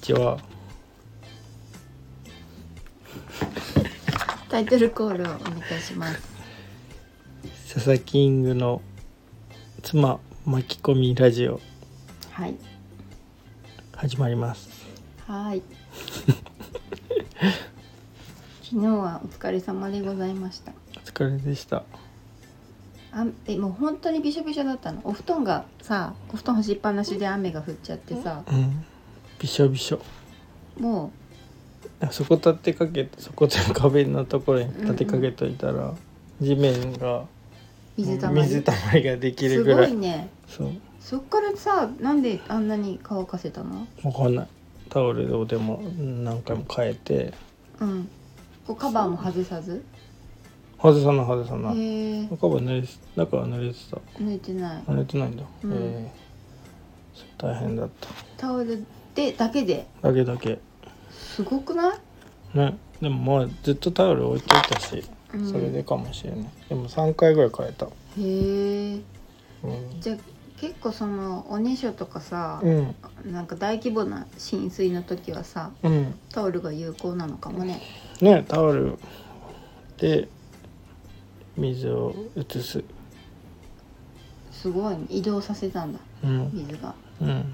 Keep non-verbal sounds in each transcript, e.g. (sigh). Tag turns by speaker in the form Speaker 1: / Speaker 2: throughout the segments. Speaker 1: ちは。
Speaker 2: タイトルコールをお願いします
Speaker 1: 佐々木キングの妻巻き込みラジオ
Speaker 2: はい
Speaker 1: 始まります。
Speaker 2: はー (laughs) い昨日はお疲れ様でございました
Speaker 1: お疲れでした。
Speaker 2: あえもう本当にびしょびしょだったのお布団がさお布団干しっぱなしで雨が降っちゃってさ
Speaker 1: うん。びしょびしょ。
Speaker 2: も
Speaker 1: あそこ立てかけて、そこで壁のところに立てかけといたら、地面が
Speaker 2: う水たまり
Speaker 1: 水たまりができる
Speaker 2: す
Speaker 1: ぐ
Speaker 2: ご
Speaker 1: らい。
Speaker 2: いね
Speaker 1: そう。
Speaker 2: そっからさなんであんなに乾かせたの
Speaker 1: わかんない。タオルをでも何回も変えて、
Speaker 2: うんこうカバーも外さず
Speaker 1: 外さない外さ
Speaker 2: へ
Speaker 1: ない。
Speaker 2: ー
Speaker 1: 中は濡れて中は濡れてた。
Speaker 2: 濡れてない
Speaker 1: 濡れてないんだ。
Speaker 2: うん
Speaker 1: ええ大変だった。
Speaker 2: タオルでだけで
Speaker 1: だけだけ。
Speaker 2: すごくない
Speaker 1: ねでもまあずっとタオル置いといたし、
Speaker 2: うん
Speaker 1: それでかもしれないでも3回ぐらい変えた
Speaker 2: へえ
Speaker 1: うん、
Speaker 2: じゃあ結構そのおねしょとかさ
Speaker 1: う、ん
Speaker 2: なんか大規模な浸水の時はさ
Speaker 1: うん、
Speaker 2: タオルが有効なのかもね
Speaker 1: ねタオルで水を移す
Speaker 2: すごいね移動させたんだ
Speaker 1: うん
Speaker 2: 水が
Speaker 1: うん
Speaker 2: へ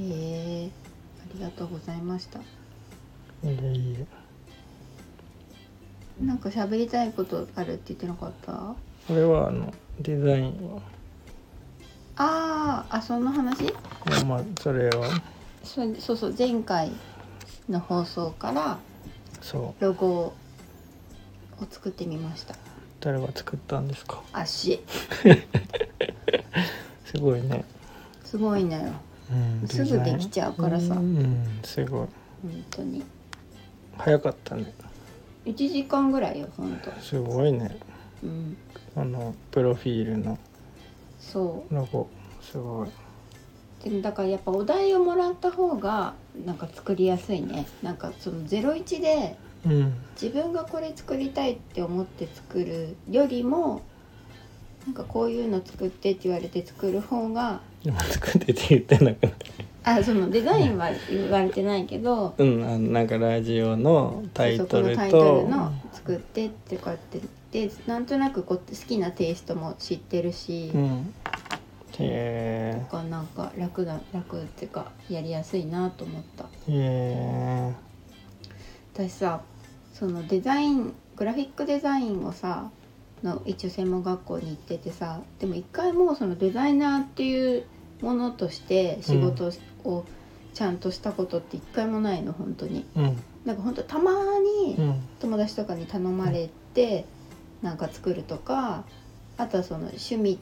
Speaker 2: えありがとうございました
Speaker 1: いいえいいえ
Speaker 2: なんか喋りたいことあるって言ってなかったあ
Speaker 1: これはあのデザインは
Speaker 2: あーあその話
Speaker 1: まあそれは
Speaker 2: それそうそう前回の放送から
Speaker 1: そう
Speaker 2: ロゴを作ってみました
Speaker 1: 誰が作ったんですか
Speaker 2: あし
Speaker 1: すごいね、
Speaker 2: すごいのよ
Speaker 1: うん、
Speaker 2: すぐ
Speaker 1: デザイン
Speaker 2: できちゃうからさ
Speaker 1: うんうんすごい
Speaker 2: 本当に
Speaker 1: 早かったね
Speaker 2: 1時間ぐらいよ本当
Speaker 1: すごいね
Speaker 2: うん
Speaker 1: あのプロフィールの
Speaker 2: そ
Speaker 1: ロゴすごいう
Speaker 2: でだからやっぱお題をもらった方がなんか作りやすいねなんかその01で
Speaker 1: うん
Speaker 2: 自分がこれ作りたいって思って作るよりもなんかこういうの作ってって言われて作る方が
Speaker 1: 今作ってって言ってなくない
Speaker 2: あそのデザインは言われてないけど
Speaker 1: うんあのなんかラジオのタイトル
Speaker 2: そうこのタイト
Speaker 1: と
Speaker 2: ルの作ってってこうやってでなんとなくこう好きなテイストも知ってるし、
Speaker 1: うんへ
Speaker 2: がなんか楽だ楽っていうかやりやすいなと思った
Speaker 1: えへえ
Speaker 2: 私さそのデザイングラフィックデザインをさの一応専門学校に行っててさでも一回もうそのデザイナーっていうものとして仕事をちゃんとしたことって一回もないの本当に
Speaker 1: うん
Speaker 2: なんか本当たま
Speaker 1: う
Speaker 2: に
Speaker 1: ん
Speaker 2: 友達とかに頼まれてなんか作るとかあとはその趣味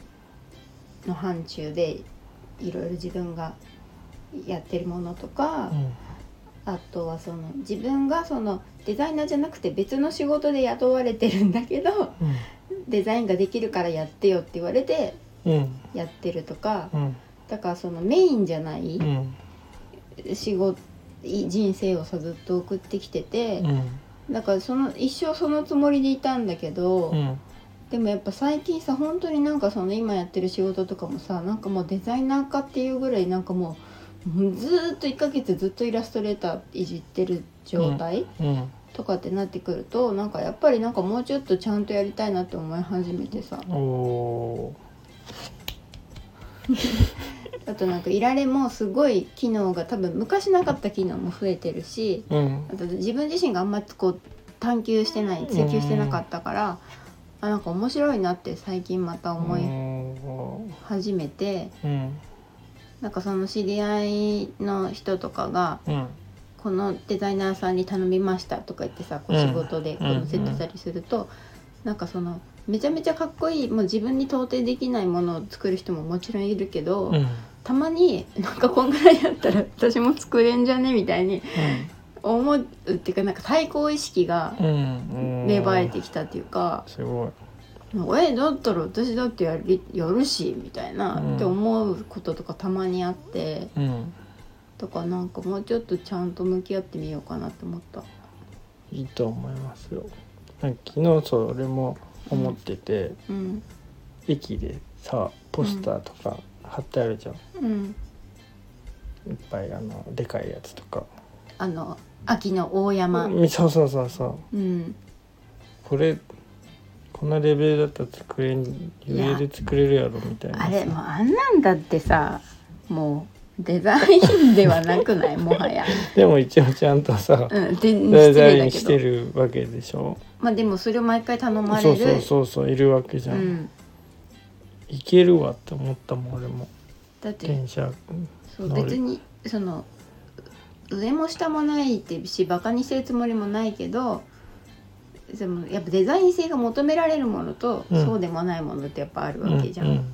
Speaker 2: の範疇でいろいろ自分がやってるものとか、
Speaker 1: うん
Speaker 2: あとはその自分がそのデザイナーじゃなくて別の仕事で雇われてるんだけどデザインができるからやってよって言われて
Speaker 1: うん
Speaker 2: やってるとか
Speaker 1: うん
Speaker 2: だからそのメインじゃない
Speaker 1: うん
Speaker 2: 仕事人生をさずっと送ってきてて
Speaker 1: うん
Speaker 2: だからその一生そのつもりでいたんだけど
Speaker 1: うん
Speaker 2: でもやっぱ最近さ本当になんかその今やってる仕事とかもさなんかもうデザイナーかっていうぐらいなんかもうずーっと1ヶ月ずっとイラストレーターいじってる状態、
Speaker 1: うん
Speaker 2: とかってなってくるとなんかやっぱりなんかもうちょっとちゃんとやりたいなって思い始めてさ
Speaker 1: おお
Speaker 2: あとなんかいられもすごい機能が多分昔なかった機能も増えてるし
Speaker 1: ーうん
Speaker 2: あと自分自身があんまりこう探求してない追求してなかったからあなんか面白いなって最近また思い
Speaker 1: い
Speaker 2: 始めて
Speaker 1: うん
Speaker 2: なんかその知り合いの人とかが
Speaker 1: うん
Speaker 2: このデザイナーさんに頼みましたとか言ってさこう
Speaker 1: うん
Speaker 2: 仕事でこ
Speaker 1: うん
Speaker 2: のセットしたりすると、なんかそのめちゃめちゃかっこいいもう自分に到底できないものを作る人ももちろんいるけど、
Speaker 1: うん
Speaker 2: たまになんかこんぐらいやったら (laughs) 私も作れんじゃねみたいに思うっていうかなんか対抗意識が
Speaker 1: うんうん
Speaker 2: 芽生えてきたっていうか
Speaker 1: すごい
Speaker 2: 「もうえだったら私だってやりやるし」みたいな、
Speaker 1: うん
Speaker 2: って思うこととかたまにあって
Speaker 1: うん
Speaker 2: とかなんかもうちょっとちゃんと向き合ってみようかなって思った。
Speaker 1: いいと思いますよなんか昨日それも思ってて、
Speaker 2: うん
Speaker 1: 駅でさポスターとか貼ってあるじゃん、
Speaker 2: うん
Speaker 1: いっぱいあのでかいやつとか
Speaker 2: あの秋の大山、うん
Speaker 1: うんそうそうそうそうこれこんなレベルだったら作れん余裕で作れるやろみたいな
Speaker 2: あれもうあんなんだってさもうデザインではなく
Speaker 1: (laughs)
Speaker 2: ないもはや、
Speaker 1: でも一応ちゃんとさ、
Speaker 2: うん、で失
Speaker 1: デザ
Speaker 2: 礼
Speaker 1: イ
Speaker 2: だ
Speaker 1: ン
Speaker 2: け
Speaker 1: し
Speaker 2: ど
Speaker 1: てるわけでしょ
Speaker 2: まあでもそれを毎回頼まれ
Speaker 1: そ
Speaker 2: る
Speaker 1: うそうそうそういるわけじゃん、
Speaker 2: うん、
Speaker 1: いけるわって思ったもん俺も
Speaker 2: だって
Speaker 1: 電車
Speaker 2: そう
Speaker 1: 乗る
Speaker 2: 別にその上も下もないってしバカにしてるつもりもないけどでもやっぱデザイン性が求められるものと、
Speaker 1: うん
Speaker 2: そうでもないものってやっぱある
Speaker 1: うんうん
Speaker 2: わ
Speaker 1: う
Speaker 2: けじゃん、
Speaker 1: ん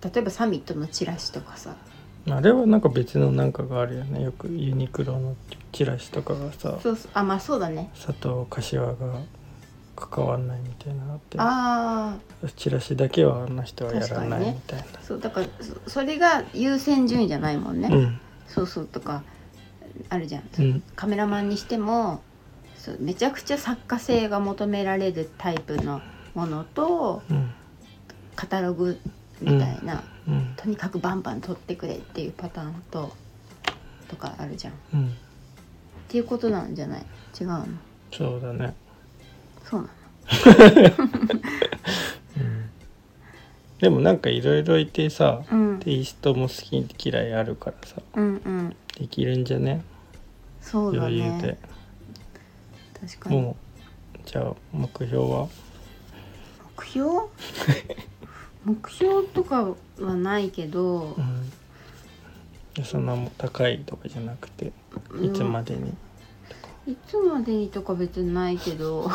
Speaker 2: 例えばサミットのチラシとかさ
Speaker 1: あれはなんか別のなんかがあるよねよくユニクロのチラシとかがさ
Speaker 2: そうそうあまあそうだね
Speaker 1: 佐藤柏が関わんないみたいなのあっ
Speaker 2: あ
Speaker 1: てチラシだけはあの人はやら
Speaker 2: 確か
Speaker 1: な
Speaker 2: に
Speaker 1: い
Speaker 2: ね
Speaker 1: みたい
Speaker 2: あそうだからそそれが優先順位じゃないもんね、
Speaker 1: な、うん
Speaker 2: そうそうとかあるじゃん、
Speaker 1: うん
Speaker 2: カメラマンにしてもそうめちゃくちゃ作家性が求められるタイプのものと
Speaker 1: うん
Speaker 2: カタログみたいな、
Speaker 1: うん
Speaker 2: とにかくバンバン撮ってくれっていうパターンととかあるじゃんっ
Speaker 1: うん
Speaker 2: ていうことなんじゃない違うの
Speaker 1: そうだね
Speaker 2: そうなの
Speaker 1: でもなんかいろいろいてさ
Speaker 2: うん
Speaker 1: テイストも好き嫌いあるからさ
Speaker 2: うんうん
Speaker 1: できるんじゃね
Speaker 2: そうだ
Speaker 1: 余裕で
Speaker 2: ね確かに
Speaker 1: もうじゃあ目標は
Speaker 2: 目
Speaker 1: (laughs)
Speaker 2: 標目標とかはないけど
Speaker 1: う、んいやそんなもう高いとかじゃなくていつまでに、
Speaker 2: いつまでにとか別にないけど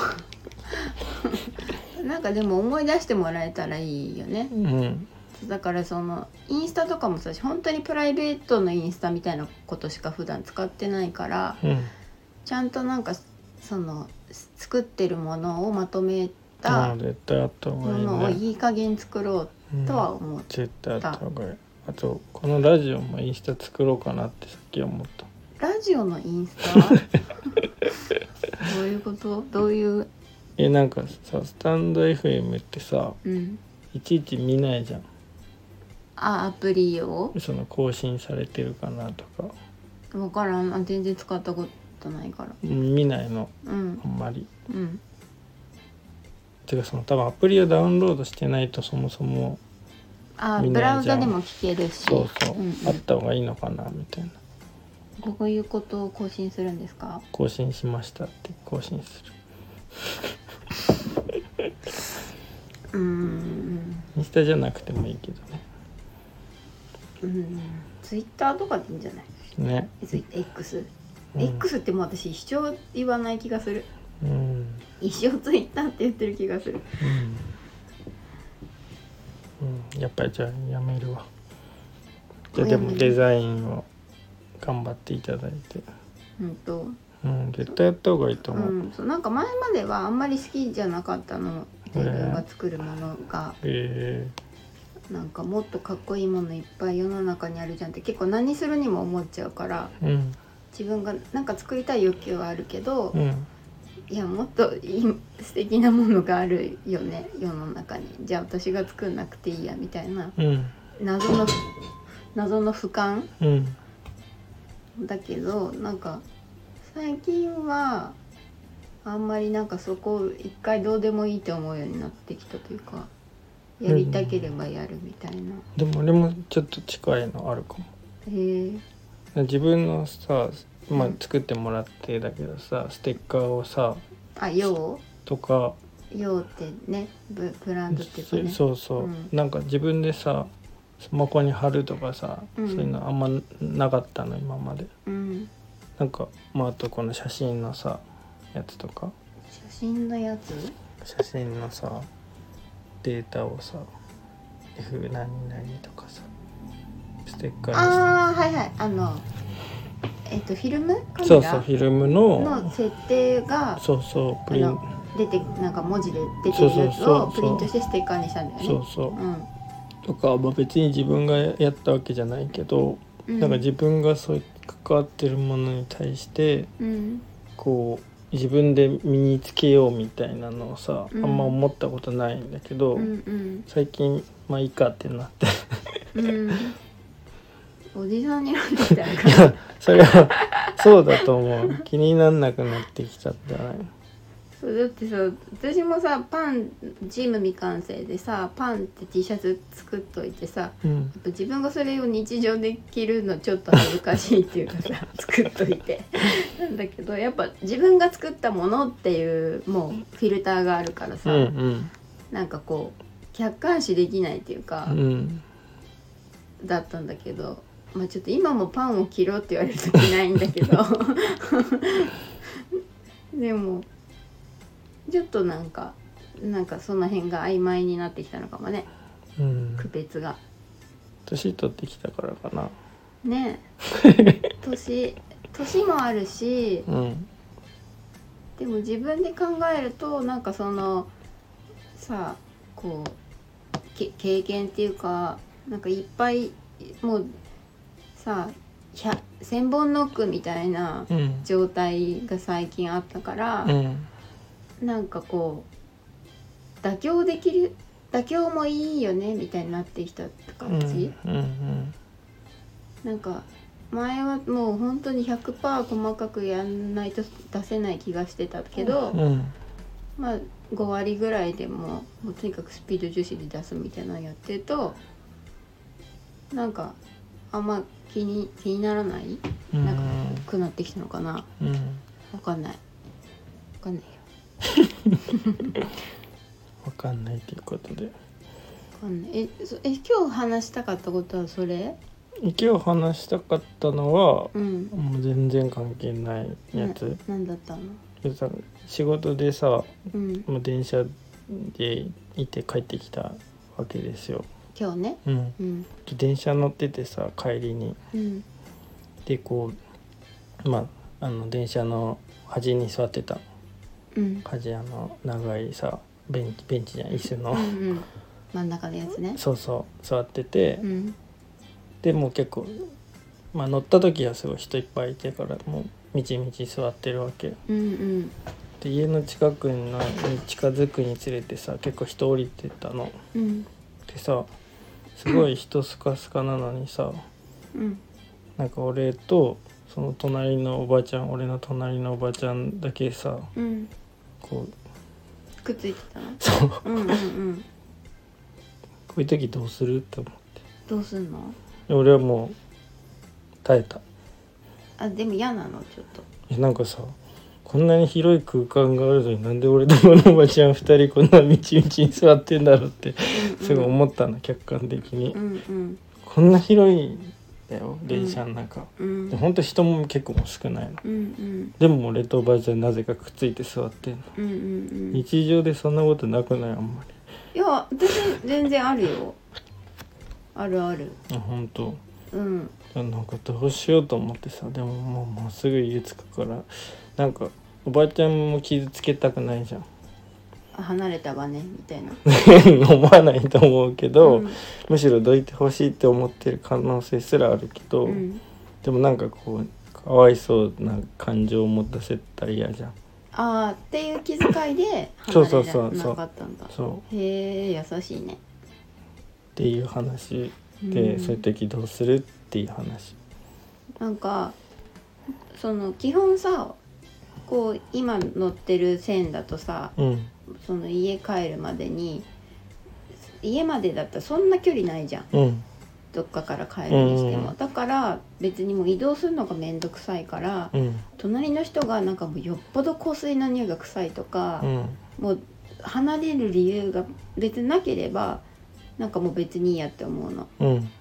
Speaker 2: (laughs) なんかでも思い出してもらえたらいいよね
Speaker 1: うん
Speaker 2: だからそのインスタとかもさ本当にプライベートのインスタみたいなことしか普段使ってないから
Speaker 1: うん
Speaker 2: ちゃんとなんかその作ってるものをまとめ
Speaker 1: あ
Speaker 2: た
Speaker 1: 絶対あった方
Speaker 2: も
Speaker 1: がいい
Speaker 2: のを
Speaker 1: ね
Speaker 2: いい加減作ろ
Speaker 1: うん
Speaker 2: うとは思う、
Speaker 1: 絶対あった方がいいあとこのラジオもインスタ作ろうかなってさっき思った
Speaker 2: ラジオのインスタ
Speaker 1: (laughs)
Speaker 2: どういうことどういう
Speaker 1: えなんかさスタンド FM ってさ
Speaker 2: うん
Speaker 1: いちいち見ないじゃん
Speaker 2: あアプリを
Speaker 1: その更新されてるかなとか
Speaker 2: 分からんあ全然使ったことないから
Speaker 1: うん見ないの
Speaker 2: うん
Speaker 1: あんまり
Speaker 2: うん
Speaker 1: てかその多分アプリをダウンロードしてないとそもそも
Speaker 2: あ
Speaker 1: 見ないじゃん
Speaker 2: ブラウザでも聞けるし
Speaker 1: そうそう、
Speaker 2: んん
Speaker 1: あった方がいいのかなみたいな
Speaker 2: どういうことを更新するんですか
Speaker 1: 更新しましたって更新する
Speaker 2: うーん
Speaker 1: インスタじゃなくてもいいけどね
Speaker 2: うんツイッターとかでいいんじゃない
Speaker 1: ね
Speaker 2: ツイッター X、
Speaker 1: うん
Speaker 2: X ってもう私一生言わない気がする
Speaker 1: うん、
Speaker 2: 一生ツイッターって言ってる気がする
Speaker 1: うんうん、やっぱりじゃあやめるわじゃあで
Speaker 2: やめ
Speaker 1: も
Speaker 2: る
Speaker 1: デザインを頑張っていただいて
Speaker 2: うんと
Speaker 1: うん絶対やった方がいいと
Speaker 2: う
Speaker 1: 思う、
Speaker 2: んそうなんか前まではあんまり好きじゃなかったの自分が作るものが
Speaker 1: え
Speaker 2: なんかもっとかっこいいものいっぱい世の中にあるじゃんって結構何するにも思っちゃうから
Speaker 1: えうん
Speaker 2: 自分がなんか作りたい欲求はあるけど
Speaker 1: うん
Speaker 2: いやもっといい素敵なものがあるよね世の中にじゃあ私が作んなくていいやみたいな
Speaker 1: うん
Speaker 2: 謎の謎の俯瞰
Speaker 1: うん
Speaker 2: だけどなんか最近はあんまりなんかそこを一回どうでもいいって思うようになってきたというかやりたければやるみたいな、
Speaker 1: でも俺もちょっと近いのあるかも
Speaker 2: へえ
Speaker 1: 自分のさ、まあ
Speaker 2: うん、
Speaker 1: 作ってもらってだけどさステッカーをさ
Speaker 2: あよ
Speaker 1: とか
Speaker 2: うようってねブブランドっていうかね
Speaker 1: そうそう、
Speaker 2: うん
Speaker 1: なんか自分でさスマホに貼るとかさ、
Speaker 2: うん
Speaker 1: そういうのあんまなかったの今まで
Speaker 2: うん
Speaker 1: なんか、まあ、あとこの写真のさやつとか
Speaker 2: 写真のやつ
Speaker 1: 写真のさデータをさ F 何々とかさステッカーにし
Speaker 2: ああはいはいあのえっとフィルムカメラ
Speaker 1: そうそうフィルム
Speaker 2: の
Speaker 1: の
Speaker 2: 設定が
Speaker 1: そうそう
Speaker 2: あ
Speaker 1: プリン
Speaker 2: の出てなんか文字で出てるやつ
Speaker 1: そうそうそ
Speaker 2: を
Speaker 1: う
Speaker 2: プリントしてステッカーにしたんだよね
Speaker 1: そうそう
Speaker 2: うん
Speaker 1: とか、まあ、別に自分がやったわけじゃないけど、
Speaker 2: うん
Speaker 1: なんか自分がそういう関わってるものに対して
Speaker 2: うん
Speaker 1: こう自分で身につけようみたいなのをさ、
Speaker 2: うん
Speaker 1: あんま思ったことないんだけど、
Speaker 2: うん
Speaker 1: 最近まあいいかってなって
Speaker 2: うんうんおじさんになってきたか
Speaker 1: いやそれはそうだと思う気になんなくなってきちゃったね
Speaker 2: (laughs) そうだってさ私もさパンチーム未完成でさパンって T シャツ作っといてさ
Speaker 1: うん
Speaker 2: やっぱ自分がそれを日常で着るのちょっと恥ずかしいっていうかさ作っとい
Speaker 1: (laughs)
Speaker 2: てなんだけどやっぱ自分が作ったものっていうもうフィルターがあるから
Speaker 1: う
Speaker 2: さ、
Speaker 1: ん
Speaker 2: なんかこう客観視できないっていうか
Speaker 1: うんう、ん
Speaker 2: だったんだけど、まあ、ちょっと今もパンを切ろうって言われると着ないんだけど (laughs) でもちょっとなんかなんかその辺が曖昧になってきたのかもね
Speaker 1: うん
Speaker 2: 区別が。
Speaker 1: 年取ってきたからかな (laughs)
Speaker 2: ねえ年年もあるし
Speaker 1: うん
Speaker 2: でも自分で考えるとなんかそのさあこうけ経験っていうかなんかいっぱいもうさあ1,000本ノックみたいな
Speaker 1: うん
Speaker 2: 状態が最近あったから
Speaker 1: う、ん
Speaker 2: なんかこう妥協できる妥協もいいよねみたいになってきた感じ。
Speaker 1: うんうん
Speaker 2: なんか前はもう本当に100%細かくやんないと出せない気がしてたけど、
Speaker 1: うんうん
Speaker 2: まあ5割ぐらいでももうとにかくスピード重視で出すみたいなのやってるとなんかあんま気に気にならない
Speaker 1: うん
Speaker 2: なんかくなってきたのかな
Speaker 1: うん
Speaker 2: わかんないわかんないよ
Speaker 1: わかんないということで
Speaker 2: わかんないえそえ今日話したかったことはそれ
Speaker 1: 今日話したかったのは
Speaker 2: うん
Speaker 1: もう全然関係ないやつ
Speaker 2: 何だったの
Speaker 1: でさ仕事でさ
Speaker 2: うん
Speaker 1: もう電車でいて帰ってきたわけですよ、
Speaker 2: 今日ね
Speaker 1: うん、
Speaker 2: うん
Speaker 1: 電車乗っててさ帰りに
Speaker 2: うん
Speaker 1: でこうまああの電車の端に座ってた
Speaker 2: うん
Speaker 1: 端あの長いさベンチベンチじゃん椅子
Speaker 2: う
Speaker 1: の
Speaker 2: んうん真ん中のやつね
Speaker 1: そうそう座ってて
Speaker 2: うん
Speaker 1: でもう結構、まあ、乗った時はすごい人いっぱいいてからもうみちみち座ってるわけ
Speaker 2: うん
Speaker 1: で家の近くになに近づくにつれてさ結構人降りてたの
Speaker 2: うんうん
Speaker 1: でさすごい人スカスカなのにさ
Speaker 2: うん
Speaker 1: なんか俺とその隣のおばちゃん俺の隣のおばちゃんだけさ
Speaker 2: うん
Speaker 1: こう
Speaker 2: くっついてたの
Speaker 1: そう
Speaker 2: うんうんうん
Speaker 1: こういう時どうするって思って
Speaker 2: どうすんの
Speaker 1: で俺はもう耐えた
Speaker 2: あでも嫌なのちょっと
Speaker 1: えなんかさこんなに広い空間があるのになんで俺とこのおばちゃん2人こんなみちみちに座ってんだろうってすごい思ったの客観的に
Speaker 2: うんうん
Speaker 1: こんな広いんだよ電車の中
Speaker 2: うん
Speaker 1: でほんと人も結構少ないの
Speaker 2: うんうん
Speaker 1: でも俺とおばあちゃんなぜかくっついて座ってんの
Speaker 2: うんうんうんい
Speaker 1: 日常でそんなことなくないあんま
Speaker 2: や私全然あるよあるある
Speaker 1: りあほんと
Speaker 2: うん
Speaker 1: なんかどうしようと思ってさでももうもうすぐ家着くからなんかおばあちゃんも傷つけたくないじゃん
Speaker 2: 離れたわねみたいな
Speaker 1: 思わないと思うけど、
Speaker 2: うん
Speaker 1: むしろどいてほしいって思ってる可能性すらあるけど、
Speaker 2: うん
Speaker 1: でもなんかこうかわいそうな感情を持たせたら嫌じゃん
Speaker 2: ああっていう気遣いで
Speaker 1: そう
Speaker 2: 離
Speaker 1: そ
Speaker 2: れ
Speaker 1: う
Speaker 2: じ
Speaker 1: そうそ
Speaker 2: ゃ
Speaker 1: う
Speaker 2: なかったんだ
Speaker 1: そう
Speaker 2: へえ優しいね
Speaker 1: っていう話
Speaker 2: うん
Speaker 1: で、そういう時どうするっていう話
Speaker 2: なんかその基本さこう今乗ってる線だとさ
Speaker 1: うん
Speaker 2: その家帰るまでに家までだったらそんな距離ないじゃん
Speaker 1: うん
Speaker 2: どっかから帰るにして
Speaker 1: う
Speaker 2: も
Speaker 1: ん
Speaker 2: だから別にもう移動するのが面倒くさいから
Speaker 1: うん
Speaker 2: 隣の人がなんかもうよっぽど香水の匂いが臭いとか
Speaker 1: うん
Speaker 2: もう離れる理由が別になければなんかもう別にいいやって思うの。
Speaker 1: うん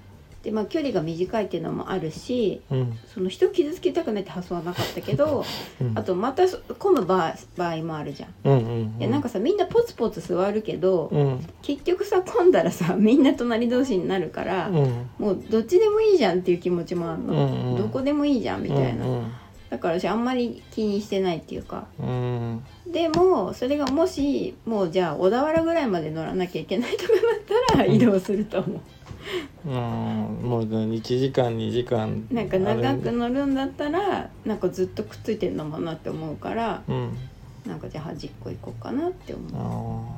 Speaker 2: でまあ距離が短いっていうのもあるし
Speaker 1: うん
Speaker 2: その人傷つけたくないって発想はなかったけど
Speaker 1: うん
Speaker 2: あとまたそ混む場合場合もあるじゃん。
Speaker 1: うんうん
Speaker 2: いやなんかさみんなポツポツ座るけど、
Speaker 1: うん
Speaker 2: 結局さ混んだらさ (laughs) みんな隣同士になるから、
Speaker 1: うん
Speaker 2: もうどっちでもいいじゃんっていう気持ちもある
Speaker 1: う
Speaker 2: の、
Speaker 1: んうん
Speaker 2: どこでもいいじゃんみたいな、
Speaker 1: うん
Speaker 2: だから私あんまり気にしてないっていうか
Speaker 1: うんうん
Speaker 2: でもそれがもしもうじゃあ小田原ぐらいまで乗らなきゃいけないとかなったら
Speaker 1: うん
Speaker 2: 移動すると思
Speaker 1: うんもう1時間2時間
Speaker 2: う、なんか長く
Speaker 1: あれ
Speaker 2: 乗るんだったらなんかずっとくっついてんのもなって思うから
Speaker 1: うん
Speaker 2: なんかじゃあ端っこ行こうかなって思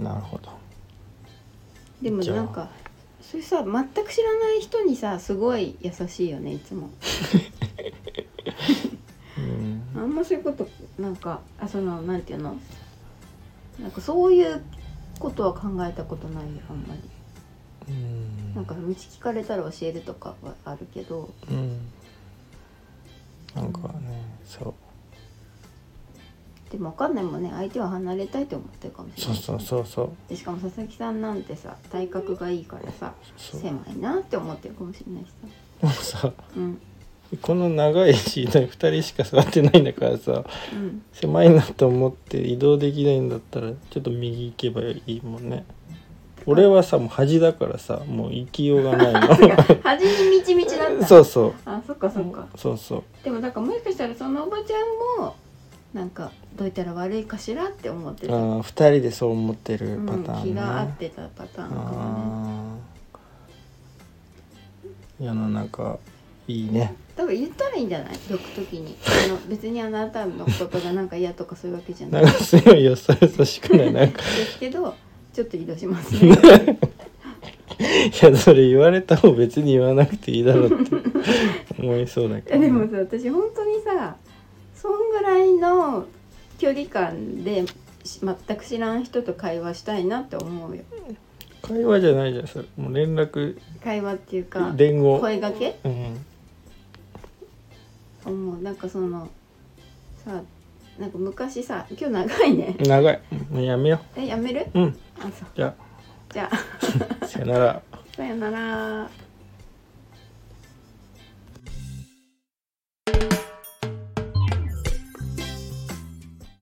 Speaker 1: あーなるほど
Speaker 2: でも
Speaker 1: じゃあ
Speaker 2: なんかそれさ全く知らない人にさすごい優しいよねいつももそういうことなんかあそのなんていうのなんかそういうことは考えたことないよあんまり
Speaker 1: うん
Speaker 2: なんか道聞かれたら教えるとかはあるけど
Speaker 1: うんなんかねそう
Speaker 2: でも分かんないもんね相手は離れたいと思ってるかもしれ
Speaker 1: そう
Speaker 2: ない
Speaker 1: そうそうそう (laughs)
Speaker 2: でしかも佐々木さんなんてさ体格がいいからさ
Speaker 1: そう
Speaker 2: 狭いなって思ってるかもしれないしさ
Speaker 1: でもさ
Speaker 2: うん
Speaker 1: この長いシートに2人しか座ってないんだからさ (laughs)
Speaker 2: うん
Speaker 1: 狭いなと思って移動できないんだったらちょっと右行けばいいもんね俺はさもう端だからさもう行きようがない
Speaker 2: (laughs)
Speaker 1: の
Speaker 2: 端にみちみちだった
Speaker 1: そうそう
Speaker 2: あそっかそっか
Speaker 1: そうそう
Speaker 2: でもだからもしかしたらそのおばちゃんもなんかどうやったら悪いかしらって思って
Speaker 1: あ
Speaker 2: た、
Speaker 1: ー2人でそう思ってる
Speaker 2: う
Speaker 1: パ
Speaker 2: ん
Speaker 1: ターン、ね
Speaker 2: 気が合ってたパターンかもね
Speaker 1: あー世の中いいね
Speaker 2: 多分言ったらいいんじゃないよく時にあの別にあなたのことがなんか嫌とかそういうわけじゃ
Speaker 1: (laughs) な
Speaker 2: な
Speaker 1: いんかすごいよそよそしくない
Speaker 2: (laughs)
Speaker 1: なんか
Speaker 2: ですけどちょっと移動します
Speaker 1: (laughs)
Speaker 2: ね
Speaker 1: いやそれ言われた方別に言わなくていいだろうって思いそうだけど、
Speaker 2: でもさ私本当にさそんぐらいの距離感でし全く知らん人と会話したいなって思うよ
Speaker 1: 会話じゃないじゃんそれもう連絡
Speaker 2: 会話っていうか
Speaker 1: 伝言
Speaker 2: 声がけ
Speaker 1: うん
Speaker 2: 思うなんかそのさなんか昔さ今日長いね
Speaker 1: 長いもうやめよ
Speaker 2: えやめる
Speaker 1: ううん
Speaker 2: あそう
Speaker 1: じゃ
Speaker 2: じゃあ
Speaker 1: あさよなら
Speaker 2: さよなら